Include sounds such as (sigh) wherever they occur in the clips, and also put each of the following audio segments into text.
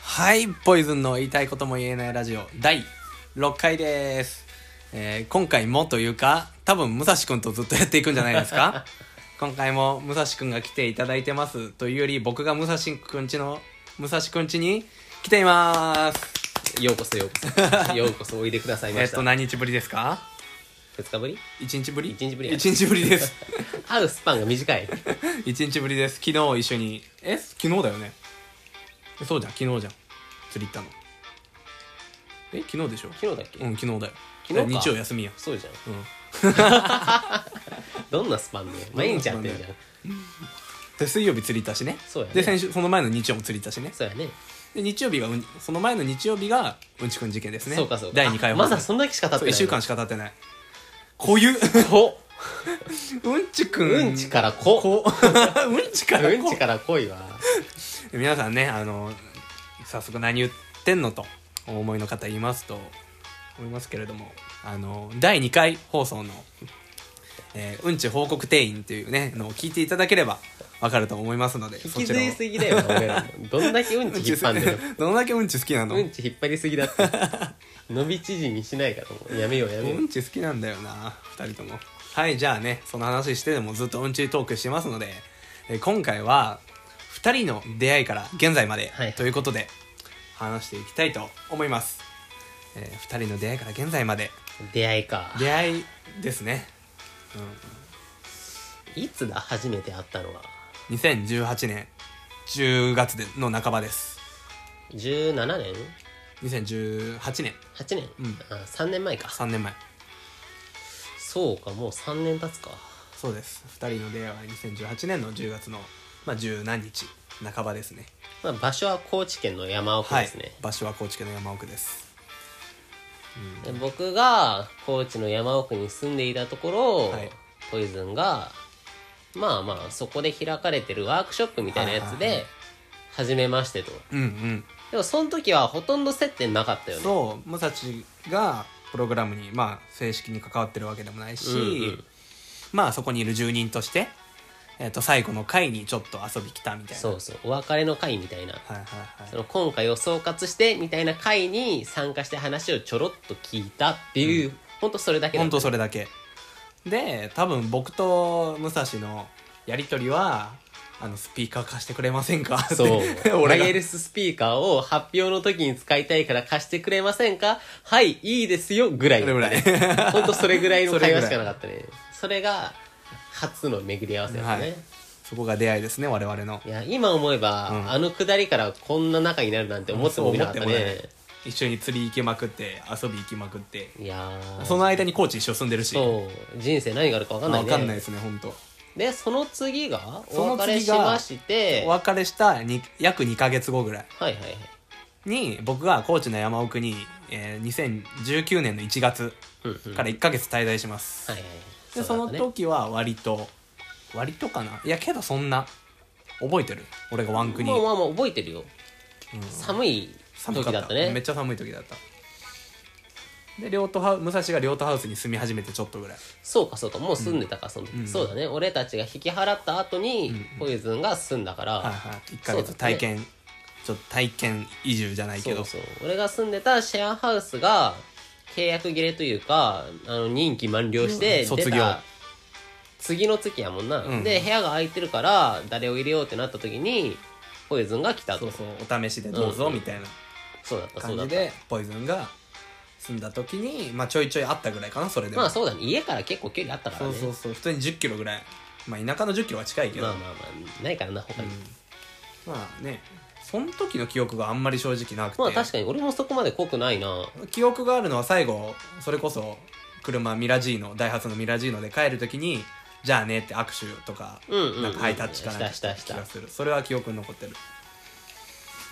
はい、ポイズンの言いたいことも言えないラジオ第6回です。えー今回もというか、多分武蔵くんとずっとやっていくんじゃないです (laughs) か今回も武蔵くんが来ていただいてますというより、僕が武蔵くんちの、武蔵くんちに来ています。ようこそようこそようこそおいでくださいまえっしたと、何日ぶりですか2日ぶり ?1 日ぶり一日ぶりや ?1 日ぶり (laughs) です。会うスパンが短い1日ぶりです。昨日一緒に。え昨日だよねそうじゃん、昨日じゃん。釣り行ったの。え昨日でしょ昨日だっけ、うん、昨日だよ。昨日か日曜休みや。そうじゃうんん。 (laughs) どんなスパンで毎日やってるじゃんで水曜日釣り行ったしねそうやねで先週その前の日曜も釣り行ったしねそうやねで日曜日がうんその前の日曜日がうんちくん事件ですねそうかそうか第2回あ放ま送だそんだけしか経ってそうな1い週間しか経ってないこゆこうんちくんうんちからここ (laughs) うんちからこうんちからこいわ皆さんねあの早速何言ってんのとお思いの方いますと思いますけれどもあの第2回放送の、えーうんち報告定員」というねのを聞いていただければわかると思いますので引そきちずらをりすぎだよな俺らもどんだけうんち引っ張んだよ (laughs) どんだけうんち好きなの、うんち引っ張りすぎだって伸び縮みしないからもうやめようやめよううんち好きなんだよな2人ともはいじゃあねその話してでもずっとうんちトークしてますのでえー今回は2人の出会いから現在まではいということで話していきたいと思います、え2人の出会いから現在まで出会いか出会いですね、いつだ初めて会ったのはうん、2018年10月での半ばです17年2018年8年、うんあ3年前か3年前そうかもう3年経つかそうです2人の出会いは2018年の10月の、まあ、十何日半ばですねまあ、場所は高知県の山奥ですはいね、、場所は高知県の山奥ですで僕が高知の山奥に住んでいたところ、はいポイズンがまあまあそこで開かれてるワークショップみたいなやつはいはいはで初めましてとうんうんでもその時はほとんど接点なかったよねそう武蔵がプログラムにまあ正式に関わってるわけでもないし、うんうんまあそこにいる住人として、えっと最後の会にちょっと遊び来たみたいなそうそうお別れの会みたいなはいはいはいその今回を総括してみたいな会に参加して話をちょろっと聞いたっていう、ほんとそれだけだほんったとそれだけで多分僕と武蔵のやり取りはあのスピーカー貸してくれませんかそうって (laughs) ワ俺がイヤレススピーカーを発表の時に使いたいから貸してくれませんかはい、いいですよ、ぐらい。それぐらいほんとそれぐらいのそれ会ぐらい話しかなか (laughs) ったね。それが、初の巡り合わせですね。はいい、そこが出会いですね我々のや、今思えば、うんあのくだりからこんな仲になるなんて思ってもみなかったそう思ってもね。一緒に釣り行きまくって遊び行きまくっていやーその間に高知一緒住んでるしそう、人生何があるか分かんない分ね。かんないですね本当。で、その次が、そおの別れ次しがまして、お別れしたに約2ヶ月後ぐらいはいはいはい。に僕が高知の山奥に、えー2019年の1月うんうんから1ヶ月滞在します、はいはい。でそのうだったね時は割と割とかないやけどそんな覚えてる俺がワンクに、まあまあまあ覚えてるよ。うん寒い寒か時っただったね。めっちゃ寒い時だったで両都ハウ武蔵が両都ハウスに住み始めてちょっとぐらいそうかそうかもう住んでたか、その時、うんそうだね俺たちが引き払った後に、ポイズンが住んだから、はいはい1ヶ月体験、ちょっと体験移住じゃないそけどうそう俺が住んでたシェアハウスが契約切れというかあの任期満了して、うん卒業出た次の月やもんな、うんで部屋が空いてるから誰を入れようってなった時にポイズンが来たそとうそうお試しでどうぞみたいな、そうだったそ感うだじっでポイズンが住んだ時に、まあ、ちょいちょいあったぐらいかなそれでたも、まあそうだね家から結構距離あったかそうらねそうそう普通に1 0キロぐらい、まあ、田舎の1 0キロは近いけど、まあままあまあないからな他に、あ、ねその時の記憶があんまり正直なくて、まあ確かに俺もそこまで濃くないな記憶があるのは最後それこそ車ミラジーノダイハツのミラジーノで帰る時に「じゃあね」って握手とか,、うんうんうんなんかハイタッチかなんかしたしたした気がするそれは記憶に残ってる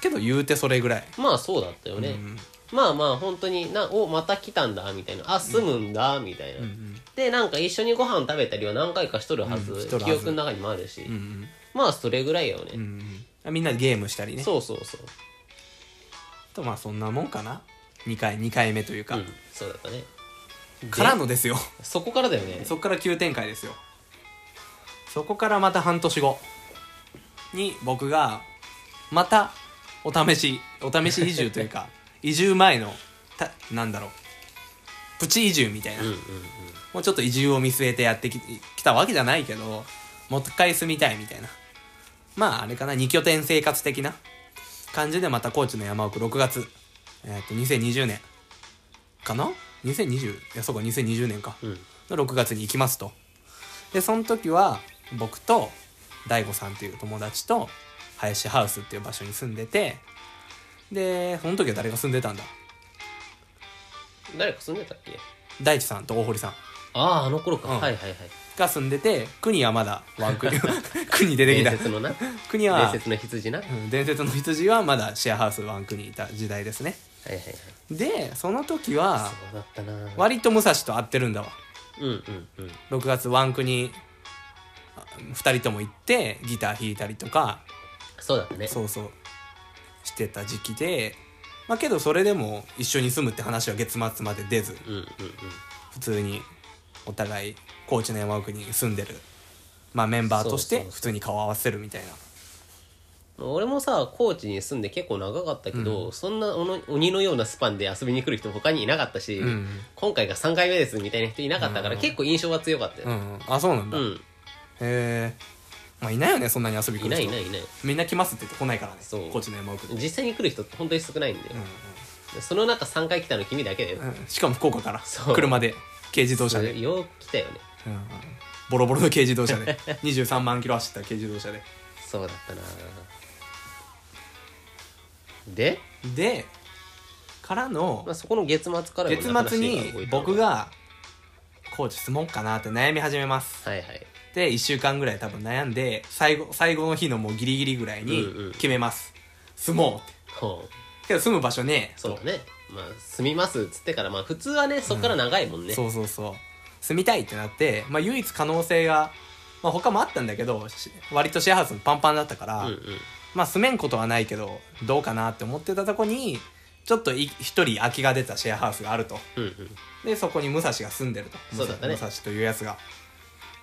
けど言うてそれぐらいまあそうだったよね、うんまあまあ本当になおまた来たんだみたいなあ住むんだみたいな、うんでなんか一緒にご飯食べたりは何回かしとるはず,、うんしとるはず記憶の中にもあるし、うんうんまあそれぐらいよね、うんうんあみんなでゲームしたりねそうそうそうとまあそんなもんかな2回2回目というか、うんそうだったねからでのですよそこからだよね (laughs) そこから急展開ですよそこからまた半年後に僕がまたお試しお試し移住というか移住前のたなんだろうプチ移住みたいな、うんうんもうちょっと移住を見据えてやってききたわけじゃないけどもう一回住みたいみたいなまああれかな2拠点生活的な感じでまた高知の山奥6月、えっと2020年かな ?2020 いやそうか2020年かうんうんの6月に行きますとでその時は僕と大悟さんという友達と林ハウスっていう場所に住んでてでその時は誰が住んでたんだ誰か住んでたっけ大地さんと大堀さんあああの頃か、うんはいはいはいが住んでて国はまだワンクリ (laughs) 国出てき伝た説 (laughs) のな国伝は説の羊な、うん伝説の羊はまだシェアハウスワンクにいた時代ですねはいはいはいでその時はそうだったなうん割と武蔵と会ってるんだわうんうん6月ワンクに2人とも行ってギター弾いたりとかそうだったねそうそうしてた時期でまあけどそれでも一緒に住むって話は月末まで出ずうんうんうん普通にお互い高知の山奥に住んでる、まあ、メンバーとしそうてそうそう普通に顔合わせるみたいな俺もさ高知に住んで結構長かったけど、そんなおの鬼のようなスパンで遊びに来る人他にいなかったし、うん今回が3回目ですみたいな人いなかったから、うん結構印象が強かっうたよ、ん、あそうなんうだ、んへえまあいないよねそんなに遊び来いるな人いいないいないみんな来ますって言って来ないからねそう高知の山奥で、実際に来る人って本当に少ないんで、うんその中3回来たの君だけだよ、うんうんしかも福岡からそう車で軽自動車で、よう来たよねうんうんボロボロの軽自動車 (laughs) で23万キロ走った軽自動車でそうだったなで、でからのまあ、そこの月末からよね月末に僕が高知住もうかなって悩み始めます話が動いたのははいはいで1週間ぐらい多分悩んで最後最後の日のもうギリギリぐらいうんうんに決めます、住もうってほうけど住む場所ねそうだねまあ住みますっつってからまあ普通はねそっから長いもんね、そうそうそう住みたいってなって、まあ、唯一可能性が、まあ、他もあったんだけどし割とシェアハウスパンパンだったから、うんうんまあ住めんことはないけどどうかなって思ってたとこにちょっとい一人空きが出たシェアハウスがあるとうんうんでそこに武蔵が住んでるとそうだったね武蔵というやつが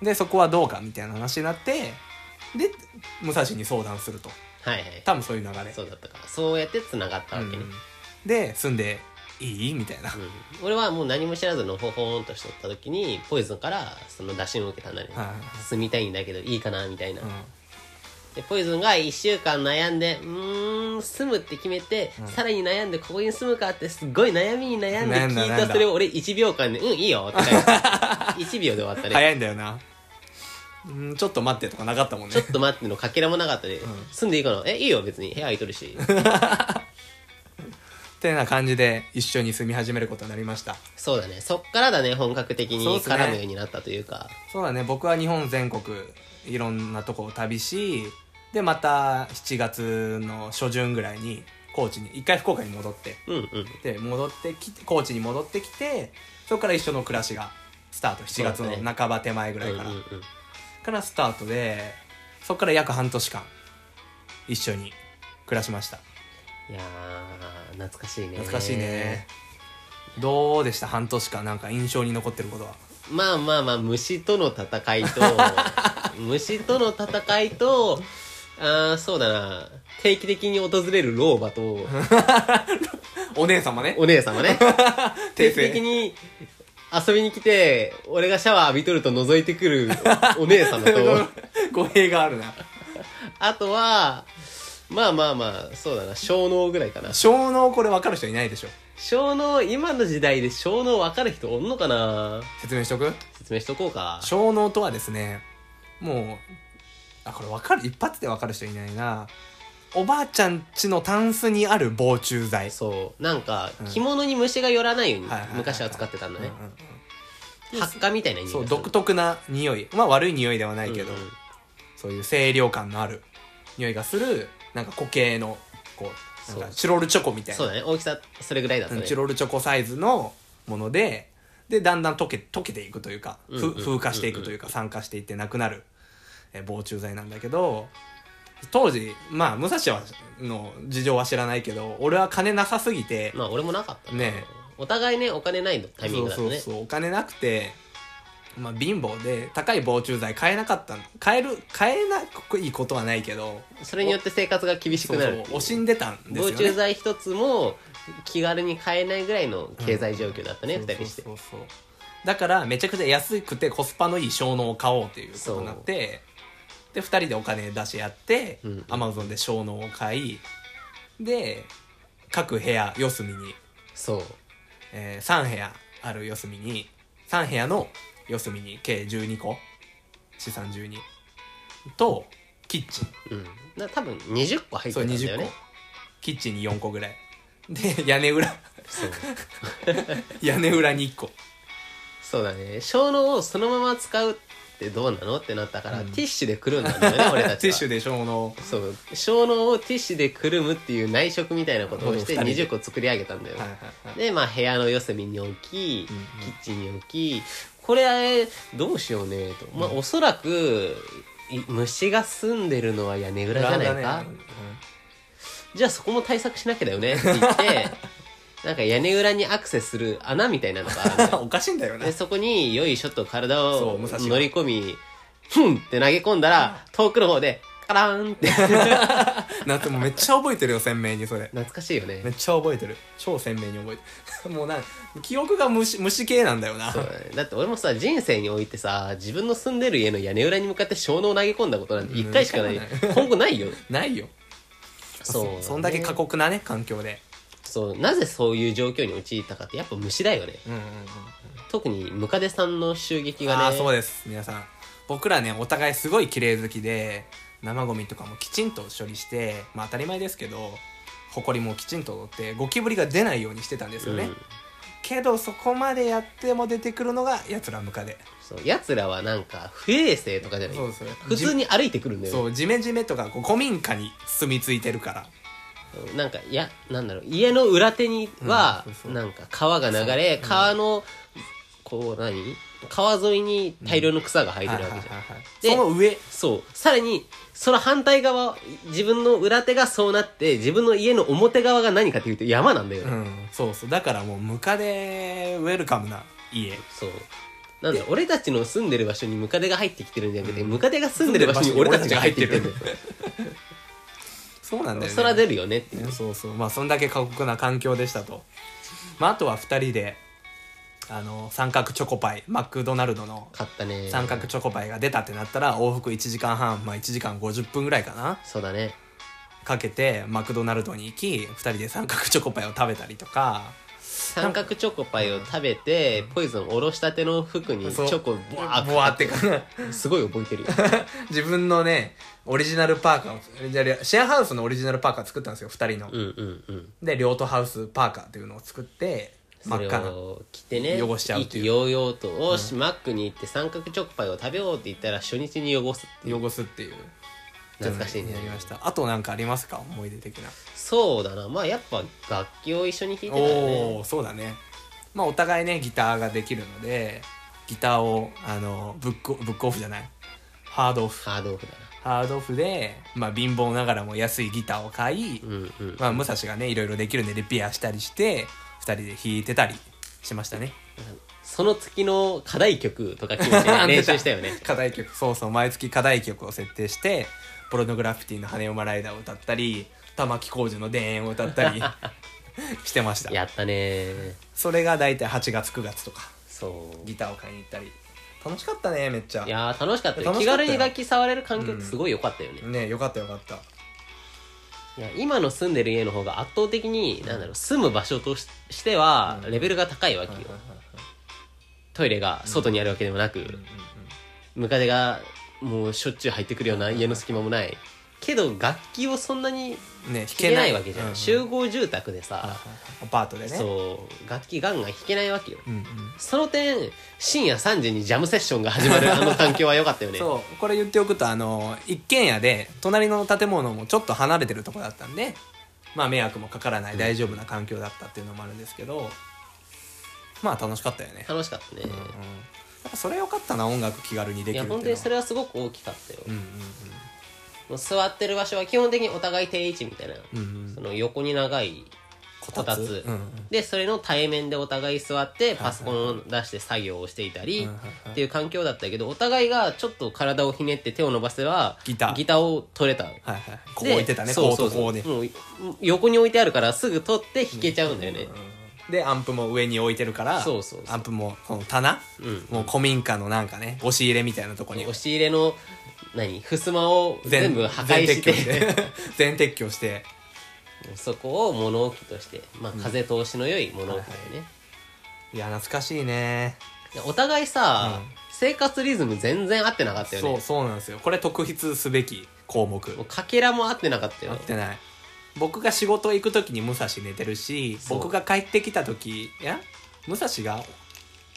でそこはどうかみたいな話になってで武蔵に相談するとはいはい多分そういう流れそうだったからそうやってつながったわけね、うんで住んでいいみたいな、うん俺はもう何も知らずのほほーんとしとった時にポイズンからその打診を受けたんだね、はいはい住みたいんだけどいいかなみたいな、うんでポイズンが1週間悩んでうーん住むって決めて、んさらに悩んでここに住むかってすっごい悩みに悩んで悩んだ聞い悩んただそれを俺1秒間で「うんいいよ」って返した (laughs) 1秒で終わったね早いんだよなうんちょっと待ってとかなかったもんねちょっと待ってのかけらもなかったで、住んでいいかなえいいよ別に部屋空いとる (laughs) しってな感じで一緒に住み始めることになりましたそうだねそっからだね本格的にそうっすね絡むようになったというかそうだね僕は日本全国いろんなとこを旅しでまた7月の初旬ぐらいに高知に一回福岡に戻ってう,、んうんで戻ってきて高知に戻ってきてそこから一緒の暮らしがスタート7月そうですねの半ば手前ぐらいから、うんうんうんからスタートでそこから約半年間一緒に暮らしましたいやー懐かしいね懐かしいね、どうでした半年間なんか印象に残ってることはまあまあまあ虫との戦 (laughs) いと虫との戦いとあーそうだな定期的に訪れる老婆と (laughs) お姉様ねお姉様ね定訂期正的に遊びに来て俺がシャワー浴びとると覗いて (laughs) くるおお姉様と語弊があるなあとはまあまあまあそうだな小脳ぐらいかな小脳これ分かる人いないでしょ小脳今の時代で小脳分かる人おんのかな説明しとく説明しとこうか小脳とはですねもうあこれ分かる一発で分かる人いないなおばあちゃん家のタンスにある防虫剤そうなんかうん着物に虫が寄らないようにはいはいはいはい昔は使ってたんだねうんうん発火みたいな匂いがすそるう独特な匂いまあ悪い匂いではないけど、うんうんそういう清涼感のある匂いがするなんか固形のこうなんそうかチロルチョコみたいそうなだね大きさそれぐらいだったうねんチロルチョコサイズのものででだんだん溶け溶けていくというか、ふうんうん風化していくというか酸化していってなくなる、えー防虫剤なんだけど当時まあ武蔵はの事情は知らないけど俺は金なさすぎて、まあ俺もなかったなねえお互いねお金ないのタイミングだったねそうそうそうお金なくてまあ、貧乏で高い防虫剤買えなかったの買える買えなくいいことはないけどそれによって生活が厳しそくうなそるう惜しんでたんです防よね虫剤一つも気軽に買えないぐらいの経済状況だったね、二人してそうそうそうそうだからめちゃくちゃ安くてコスパのいい小脳を買おうっていうことになってで2人でお金出し合ってうんアマゾンで小脳を買いで各部屋四隅に、そうえ3部屋ある四隅に3部屋の四隅に計12個資産12とキッチンうんだから多分20個入ってそたうんだよ20個ねキッチンに4個ぐらいで屋根裏そう屋根裏に1個そうだね小脳をそのまま使うってどうなのってなったから、うんティッシュでくるんだんだよね俺たちは (laughs) ティッシュで小脳をそう小脳をティッシュでくるむっていう内職みたいなことをしてうん二人で20個作り上げたんだよ、はいはいはいでまあ部屋の四隅に置き、うんうんキッチンに置きこれどうしようねと、まあうんおそらくい虫が住んでるのは屋根裏じゃないか、じゃあそこも対策しなきゃだよねって言って (laughs) なんか屋根裏にアクセスする穴みたいなのがあるんだよおかしいんだ (laughs) よねでそこによいしょと体そうを武蔵が乗り込みふんって投げ込んだら遠くの方でカラーンって懐なってもうめっちゃ覚えてるよ鮮明にそれかしいよねめっちゃ覚えてる超鮮明に覚えてる (laughs) もうなん記憶が虫虫系なんだよなそうだねだって俺もさ人生においてさ自分の住んでる家の屋根裏に向かって小脳を投げ込んだことなんて一回しかない、うん今後ないよないよそう (laughs) そんだけ過酷なね環境でそうなぜそういう状況に陥ったかってやっぱ虫だよねうんうんうん特にムカデさんの襲撃がねああそうです皆さん僕らねお互いすごい綺麗好きで生ゴミとかもきちんと処理してまあ当たり前ですけどホコリもきちんと取ってゴキブリが出ないようにしてたんですよね、うんけどそこまでやっても出てくるのがやつらムカデそうやつらはなんか不衛生とかじゃないそうそう普通に歩いてくるんだよねそうジメジメとかこう古民家に住み着いてるからなんかいやなんだろう家の裏手には、うんそうそうなんか川が流れ、そう川のこう何川沿いに大量の草が生えてるわけじゃん、はいはいはいはいでその上そうさらにその反対側自分の裏手がそうなって自分の家の表側が何かというと山なんだよね、うんそうそうだからもうムカデウェルカムな家そうなんだ俺たちの住んでる場所にムカデが入ってきてるんじゃなくて、ムカデが住んんででるる場場所所にに俺たちが入ってきてるんだよそうなんだよねそら出るよねっていうねそうそうまあそんだけ過酷な環境でしたとまああとは2人であの三角チョコパイマクドナルドの買ったね三角チョコパイが出たってなったら往復1時間半まあ1時間50分ぐらいかなそうだねかけてマクドナルドに行き2人で三角チョコパイを食べたりとか三角チョコパイを食べて、ポイズンおろしたての服にチそうョコボワーボワーってかすごい覚えてるよ自分のねオリジナルパーカーをじゃあシェアハウスのオリジナルパーカー作ったんですよ2人の、うんうんうんで両都ハウスパーカーっていうのを作ってそ真っれ赤なを着てね汚しちゃうっていう意気揚々と「おし、マックに行って三角チョコパイを食べよう」って言ったら初日に汚す汚すっていう懐かしいねやりましたあとなんかありますか思い出的な、そうだなまあやっぱ楽器を一緒に弾いてたよおねおそうだねまあお互いねギターができるのでギターをあのブックブックオフじゃないハードオフハードオフだなハードオフで、まあ、貧乏ながらも安いギターを買い、うんうんまあ、武蔵がねいろいろできるんでリペアしたりして2人で弾いてたりしましたねその月の課題曲とか (laughs) 決めて練習したよね課題曲そうそう毎月課題曲を設定して「ポロノグラフィティの羽馬ライダー」を歌ったり玉置浩二の「田園」を歌った (laughs) りしてましたやったねそれが大体8月9月とかそうギターを買いに行ったり楽しかったねめっちゃいやー楽しかったよ楽し気かったよ軽に楽器触れる環境ってすごい良かったよね、ねよかったよかったいや今の住んでる家の方が圧倒的に、なんだろう住む場所とししてはうんレベルが高いわけよ、トイレが外にあるわけでもなく、うんうんムカデがもうしょっちゅう入ってくるような家の隙間もないけど楽器をそんなにうんね弾弾けないわけじゃん、うう集合住宅でさ、アパートでねそう楽器ガンガン弾けないわけよ、うんうんその点深夜3時にジャムセッションが始ま (laughs) るあの環境は良かったよねそうこれ言っておくとあの一軒家で隣の建物もちょっと離れてるとこだったんでまあ迷惑もかからない大丈夫な環境だったっていうのもあるんですけど、まあ楽しかったよね、楽しかったね、うんうん、やっぱそれよかったな音楽気軽にできいるやっていうの本当にそれはすごく大きかったよ、うんもう座ってる場所は基本的にお互い定位置みたいな、うんうんうんうんその横に長いここたつこたつうんでそれの対面でお互い座ってパソコンを出して作業をしていたりはいはいはいっていう環境だったけどお互いがちょっと体をひねって手を伸ばせばギターギターを取れたはいはいこうで置いてたねそこううそとうそうこうねもう横に置いてあるからすぐ取って弾けちゃうんだよね、でアンプも上に置いてるからそうそうそうアンプもこの棚、うんもう古民家のなんかね押し入れみたいなとこに押し入れの何襖を全部破壊して全撤去して全撤去して (laughs) そこを物置として、まあ、風通しの良い物置だよね、いや懐かしいねでお互いさ、うん生活リズム全然合ってなかったよねそうそうなんですよこれ特筆すべき項目もうかけらも合ってなかったよ合っねてない僕が仕事行く時に武蔵寝てるしそう僕が帰ってきた時いや武蔵が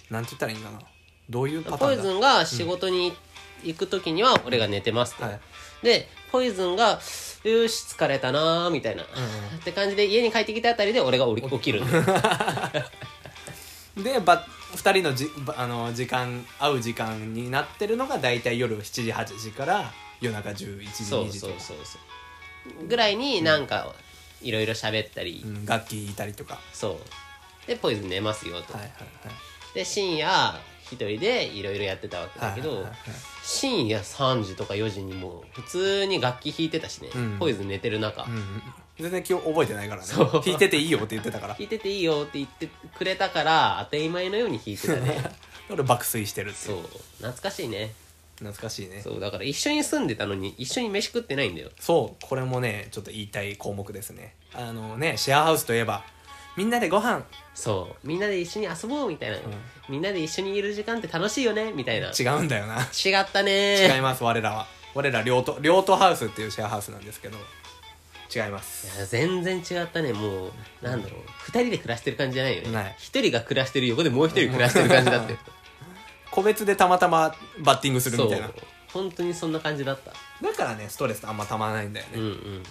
なんて言ったらいいんかなどういうパタポーインだズンが仕事に行く時には俺が寝てますと、はいでポイズンが「よし疲れたな」みたいな、んって感じで家に帰ってきたあたりで俺がおり起きるんだよでば2人のじばあの時間会う時間になってるのが大体夜7時8時から夜中11時そ2う時そとうかそうそうぐらいになんかいろいろ喋ったり、うん楽器弾いたりとかそうでポイズン寝ますよと、はいはいで深夜一人でいろいろやってたわけはいだけど、はいはいはい深夜3時とか4時にもう普通に楽器弾いてたしね、うんポイズン寝てる中、うんうん全然今日覚えてないからねそう弾いてていいよって言ってたから弾いてていいよって言ってくれたから当たり前のように弾いてたね (laughs) 俺爆睡してるっていそうう懐かしいね懐かしいねそうだから一緒に住んでたのに一緒に飯食ってないんだよそうこれもねちょっと言いたい項目ですねあのねシェアハウスといえばみんなでご飯そうみんなで一緒に遊ぼうみたいな、みんなで一緒にいる時間って楽しいよねみたいな違違うんだよなったね違います我らは我ら両都両都ハウスっていうシェアハウスなんですけど違いますいや全然違ったねもうなんだろう2人で暮らしてる感じじゃないよねない1人が暮らしてる横でもう1人暮らしてる感じだ (laughs) って個別でたまたまバッティングするそみうたいな本当にそんな感じだっただからねストレスあんまたまらないんだよね、うんうん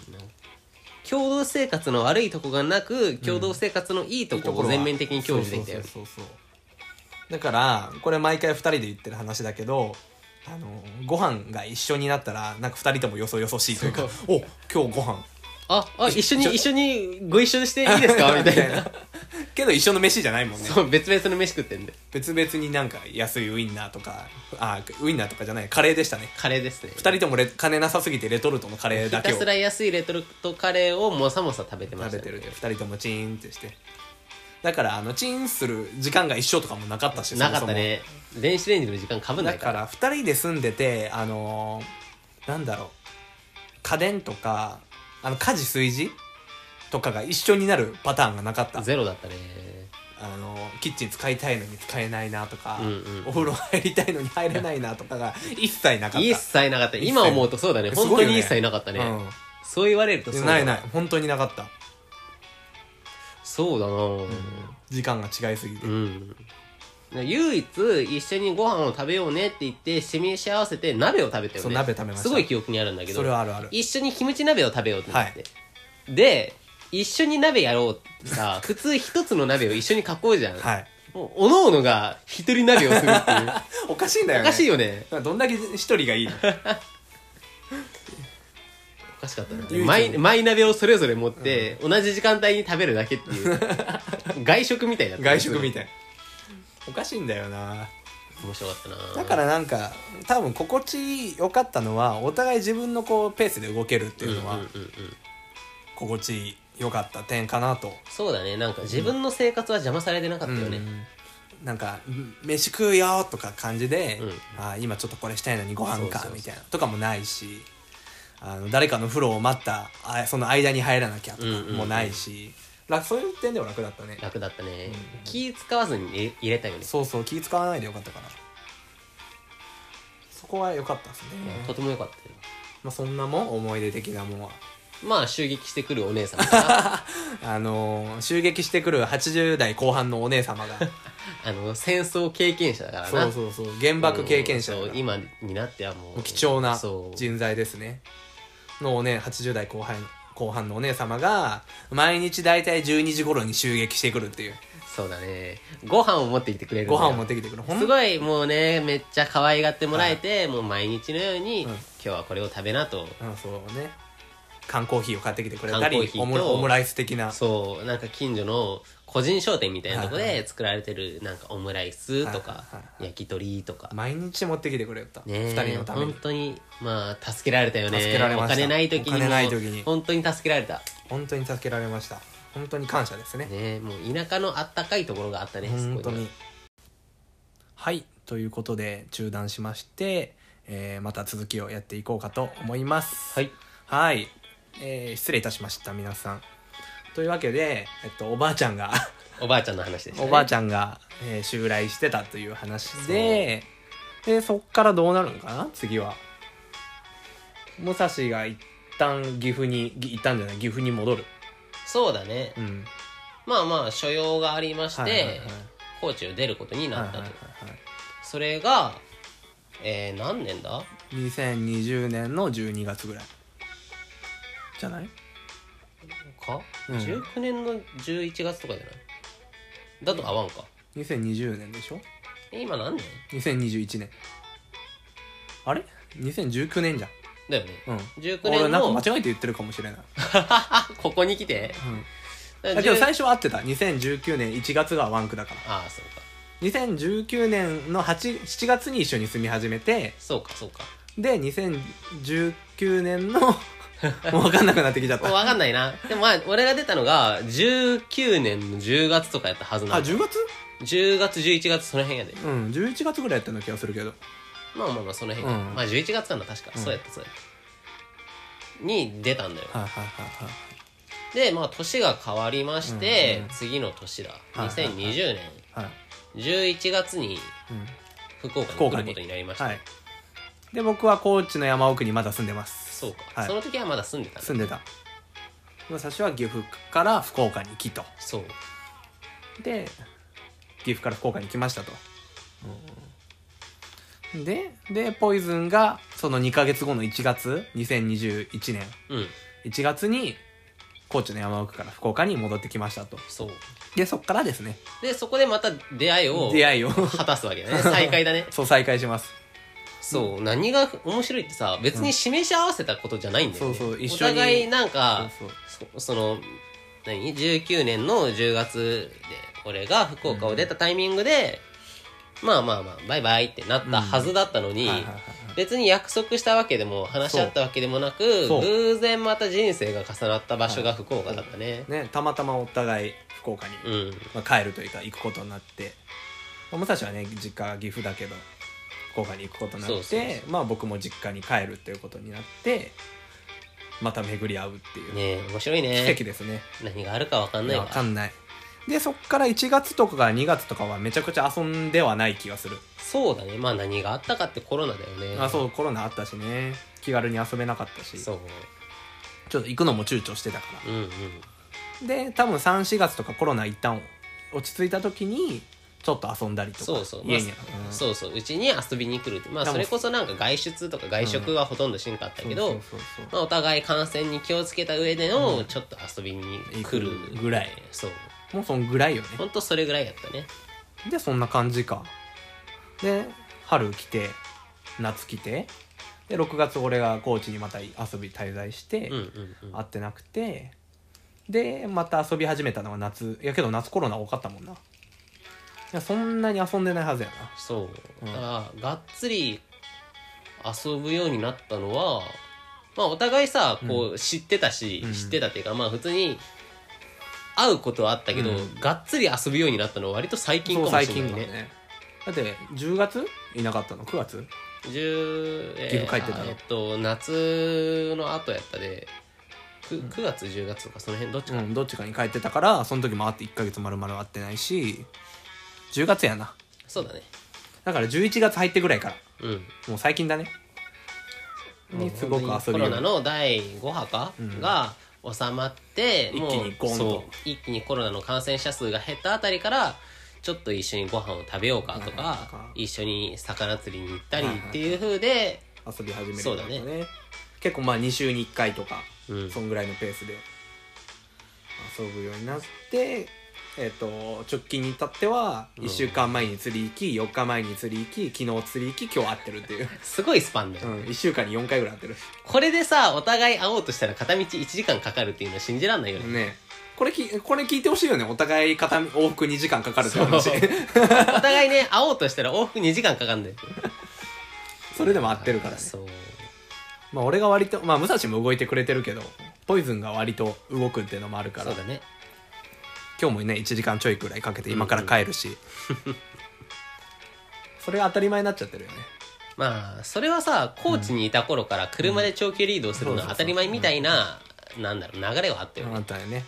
共同生活の悪いとこがなく共同生活のいいとこを全面的に享受できたよそうそうそうそうだからこれ毎回2人で言ってる話だけどあのご飯が一緒になったらなんか2人ともよそよそしいというか「お今日ご飯ああ一緒に一緒にご一緒していいで (laughs) すか (laughs) みたいなけど一緒の飯じゃないもんね (laughs) そう別々の飯食ってんで別々になんか安いウインナーとかあウインナーとかじゃないカレーでしたねカレーですね2人ともレ金なさすぎてレトルトのカレーひだたけをす食ら安いレトルトカレーをもさもさ食べてましたべねてるで2人ともチーンってしてだからあのチーンする時間が一緒とかもなかったしなかそもっそもたね電子レンジの時間かぶんなだいかからら2人で住んでてあのーなんだろう家電とかあの家事炊事とかが一緒になるパターンがなかったゼロだったねあのーキッチン使いたいのに使えないなとか、うんうんうんお風呂入りたいのに入れないなとかが一切なかった一切なかった一切今思うとそうだねすごい本よね当に一切なかったねうんそう言われるとそうだないない本当になかったそうだな時間が違いすぎて、うん、唯一一緒にご飯を食べようねって言って示し合わせて鍋を食べたよねそう鍋食べましたすごい記憶にあるんだけどそれはあるある一緒にキムチ鍋を食べようってなって、で一緒に鍋やろうっ (laughs) てさ普通一つの鍋を一緒に囲うじゃん、はい (laughs) もうおのおのが一人鍋をするっていうおかしいんだよおねかしいよねどんだけ一人がいいの (laughs) おかしかった唯一なのマイマイ鍋をそれぞれ持って、同じ時間帯に食べるだけっ (laughs) ていう外食みたいだった外食みたいいおかしいんだよな面白かったなだからなんか多分心地よかったのはお互い自分のこうペースで動けるっていうのはんうんうんうん心地よかった点かなと、そうだねなんか自分の生活は邪魔されてなかったよね、うんなんか「飯食うよ」とか感じで、うんあー今ちょっとこれしたいのにご飯そうそうかそうみたいなとかもないしあの誰かの風呂を待ったあその間に入らなきゃとかもないし、らそういう点では楽だったね楽だったね、うん気使わずに入れ入れたよね、そうそう気使わないでよかったからそこは良かったですね、とても良かったよまあ、そんなもん思い出的なもんはまあ襲撃してくるお姉さんと (laughs) かあのー襲撃してくる80代後半のお姉様 (laughs) があの戦争経験者だからなそうそうそう原爆経験者うんだそかうら今になってはもう貴重なそう人材ですねのおね80代後半後半のお姉様が毎日大体12時頃に襲撃してくるっていうそうだねご飯を持ってきてくれるんだごよ飯を持ってきてくるほんすごいもうねめっちゃ可愛がってもらえて、もう毎日のように、うん今日はこれを食べなとうんそうね缶コーヒーを買ってきてくれた缶コーりヒーとオムラオムライス的なそうなんか近所の個人商店みたいなとこはいで作られてるなんかオムライスとはかいはいは焼き鳥とか毎日持ってきてくれよった、ねえ2人のために本当にまあ助けられたよね助けられましたお金ない時にもお金ない時に本当に助けられた本当に助けられました本当に感謝ですねねもう田舎のあったかいところがあったね本そ当こにはいということで中断しまして、えーまた続きをやっていこうかと思いますはいはい、えー失礼いたしました皆さんというわけで、えっと、おばあちゃんがおばあちゃんの話でした、ね、おばあちゃんゃんが、えー襲来してたという話ででそっからどうなるのかな次は武蔵が一旦岐阜にぎ一旦じゃない岐阜に戻るそうだねうんまあまあ所用がありまして、はいはいはい高知を出ることにはないはいったと、はいはいそれがえー、何年だ2020年の12月ぐらいじゃないか、うん19年の11月とかじゃないだと合わんか ?2020 年でしょえ今何年 ?2021 年あれ ?2019 年じゃんだよねうん19俺年なんのか間違えて言ってるかもしれない、ここに来てうん、だけど10最初は合ってた2019年1月がワンクだからああそうか2019年の8 7月に一緒に住み始めてそうかそ (laughs) うかで2019年 (laughs) のもう分かんなくなってきちゃっもうたあ分かんないなでもまあ俺が出たのが19年の10月とかやったはずなの10月 10, 月11月その辺やでうん11月ぐらいやったような気がするけどまあまあまあその辺か、うんまあ11月かな確か、うんそうやったそうやったに出たんだよはいはいはいはいでまあ年が変わりまして、うんうん次の年だはいはいはい2020年はい、 11月にうん福岡福に来岡るにことになりました、はい、で僕は高知の山奥にまだ住んでますそうか、はいその時はまだ住んでたんだ住んでた武蔵は岐阜から福岡に来とそうで岐阜から福岡に来ましたと、ででポイズンがその2ヶ月後の1月2021年うん1月に高知の山奥から福岡に戻ってきましたとそうでそっからですねでそこでまた出会いを出会いを (laughs) 果たすわけだね再会だねそう再開しますそう何が面白いってさ別に示し合わせたことじゃないんだよね、そうそう一お緒に互いなんかそうそうそその何19年の10月で俺が福岡を出たタイミングで、まあまあまあバイバイってなったはずだったのに、はいはいはい別に約束したわけでも話し合ったわけでもなくそう偶然また人生が重なった場所が福岡だったね、ねたまたまお互い福岡にうんまあ、帰るというか行くことになって、まあ、武蔵はね実家が岐阜だけど福岡に行くことになってそうそうそまあ僕も実家に帰るということになってまた巡り合うっていう、ねえ面白い奇ね跡ですね何があるか分かんないわわかんないでそっから1月とかから2月とかはめちゃくちゃ遊んではない気がする、そうだねまあ何があったかってコロナだよねあそうコロナあったしね気軽に遊べなかったしちそょうっと行くのも躊躇してたからうんうんで多分34月とかコロナ一旦落ち着いた時にちょっと遊んだりとかそうそう、まあ家に、うんそうそううちに遊びに来るってまあでもそれこそなんか外出とか外食はほとんどしんかったけど、そうそうそうまあ、お互い感染に気をつけた上でうのんちょっと遊びに来る行くぐらいそうもうそんぐらいよねほんとそれぐらいやったねでそんな感じかで春来て夏来てで6月俺が高知にまた遊び滞在して、うんうんうん会ってなくてでまた遊び始めたのは夏いやけど夏コロナ多かったもんないやそんなに遊んでないはずやなそううんだからがっつり遊ぶようになったのはまあお互いさこう知ってたし、うん知ってたっていうかまあ普通に会うことはあったけど、うんがっつり遊ぶようになったのは割と最近かそうも最しれ近ないだねねだって10月いなかったの9月10えー岐阜帰ってたのあえっと夏の後やったで 9, 9月10月とかその辺どっちうか、んどっちかに帰ってたからその時も会って1ヶ月丸々会ってないし10月やなそうだねだから11月入ってぐらいからうんもう最近だね。にすごく遊びコよロうナの第5波か、んが収まって一気にもうゴンとそう一気にコロナの感染者数が減ったあたりからちょっと一緒にご飯を食べようかとか、はいはい一緒に魚釣りに行ったりはいはいっていう風で、遊び始めるそうだねようになった結構まあ2週に1回とか、うんそんぐらいのペースで遊ぶようになってえっと直近に至っては1週間前に釣り行き4日前に釣り行き昨日釣り行き今日会ってる (laughs) っていう、すごいスパンだうよ、ん、1週間に4回ぐらい会ってるこれでさお互い会おうとしたら片道1時間かかるっていうのは信じら (laughs) んないよね、ねこれきこれ聞いてほしいよねお互い片往復2時間かかるって話 (laughs) そそうれお互いね会おうとしたら往復2時間かかんだよでも合ってるからねそうまあ俺が割とまあ武蔵も動いてくれてるけどポイズンが割と動くっていうのもあるからそうだね今日もね1時間ちょいくらいかけて今から帰るし、 (laughs) それが当たり前になっちゃってるよねまあそれはさ高知にいた頃から車で長距離移動するのは当たり前みたいな、なんだろう流れはあったよあねなたよね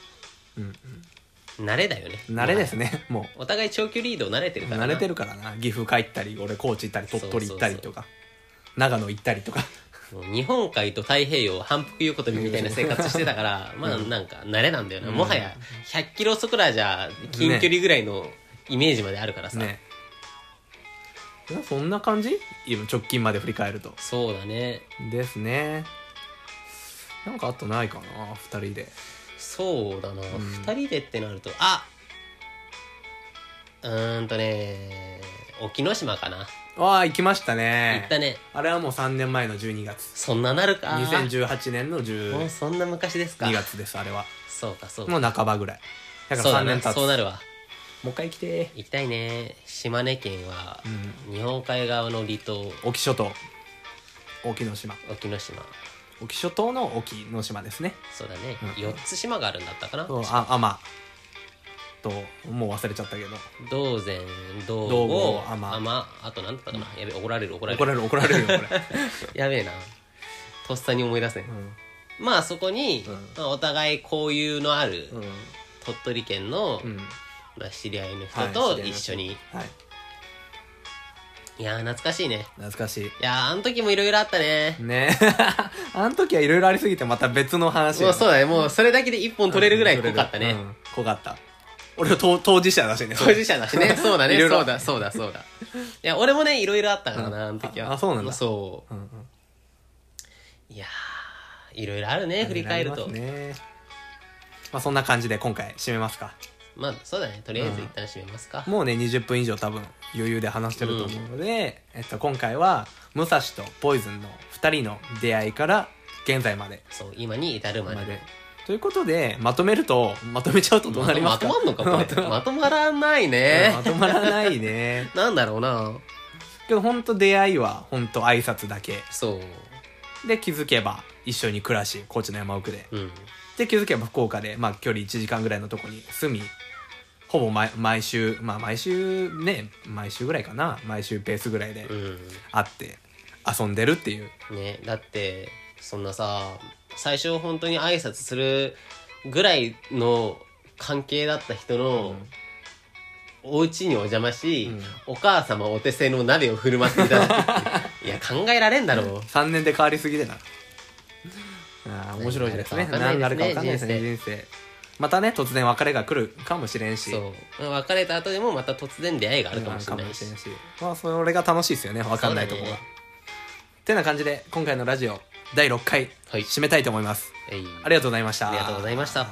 慣れだよね慣れですねもお互い長距離移動慣れてるうからな慣れてるからな岐阜帰ったり俺高知行ったり鳥取行ったりとか長野行ったりとかもう日本海と太平洋を反復横跳びみたいな生活してたから、まあなんか慣れなんだよな、もはや100キロそこらじゃ近距離ぐらいのイメージまであるからさ、ねそんな感じ今直近まで振り返るとそうだねですねなんかあとないかな2人でそうだな、二2人でってなるとあうーんとね沖ノ島かなわあ行きました行ねったねあれはもう3年前の12月そんななるか2018年のもう12そんな昔ですか月ですあれはそうかそうかもう半ばぐらいだかそうら3だな年経つそうなるわもう一回来て行きたいね島根県はう、ん日本海側の離島沖諸島沖の島沖ノ島沖諸島の沖の島ですねそうだね、うん4つ島があるんだったかなそうああまともう忘れちゃったけど道前道道後後浜海女あと何だったかな、やべ怒られる怒られる怒られる怒られるよこれ、 (laughs) やべえなとっさに思い出せん、まあそこに、うんまあ、お互い交友のあるうん鳥取県の、うん、まあ知り合いのは人いと一緒に、い、はいやー懐かしいね懐かしいいやーあの時もいろいろあったねね (laughs) あの時はいろいろありすぎてまた別の話もうそうだねもうそれだけで1本取れるぐらい濃かったね、うん濃かった俺は当当事者だしね当事者だしねそうだねいろいろそうだそうだそうだいや俺もねいろいろあったからな、うんあの時はああそうなんだそうんうんういやーいろいろあるね振り返るとあま,、りますねまあそんな感じで今回締めますかあそうだねとりあえず一旦締めますか、もうね20分以上多分余裕で話してると思うので、えっと、今回は武蔵とポイズンの2人の出会いから現在までそう今に至るまでまでということでまとめるとまとめちゃう (laughs) とどうなりますかまとまんのかこれまとまらないねまとまらないねなんだろうなけど本当出会いは本当挨拶だけそうで気づけば一緒に暮らし高知の山奥でうんで気づけば福岡で、まあ、距離1時間ぐらいのとこに住みほぼ毎毎週まあ毎週ね毎週ぐらいかな毎週ペースぐらいでう会って遊んでるっていうんねだってそんなさ最初本当に挨拶するぐらいの関係だった人の、お家にお邪魔し、お母様お手製の鍋を振る舞っていただく (laughs) いや考えられんだろう3年で変わりすぎでなあー面白いですね何何ががああるるかか分分かかんんなないいでですすねね人生またね突然別れが来るかもしれんしそう別れた後でもまた突然出会いがあるかもしれないし、うんしまあそれが楽しいですよね分かんないとこそうが、だねてな感じで今回のラジオ第6回はい締めたいと思います、えいありがとうございましたありがとうございました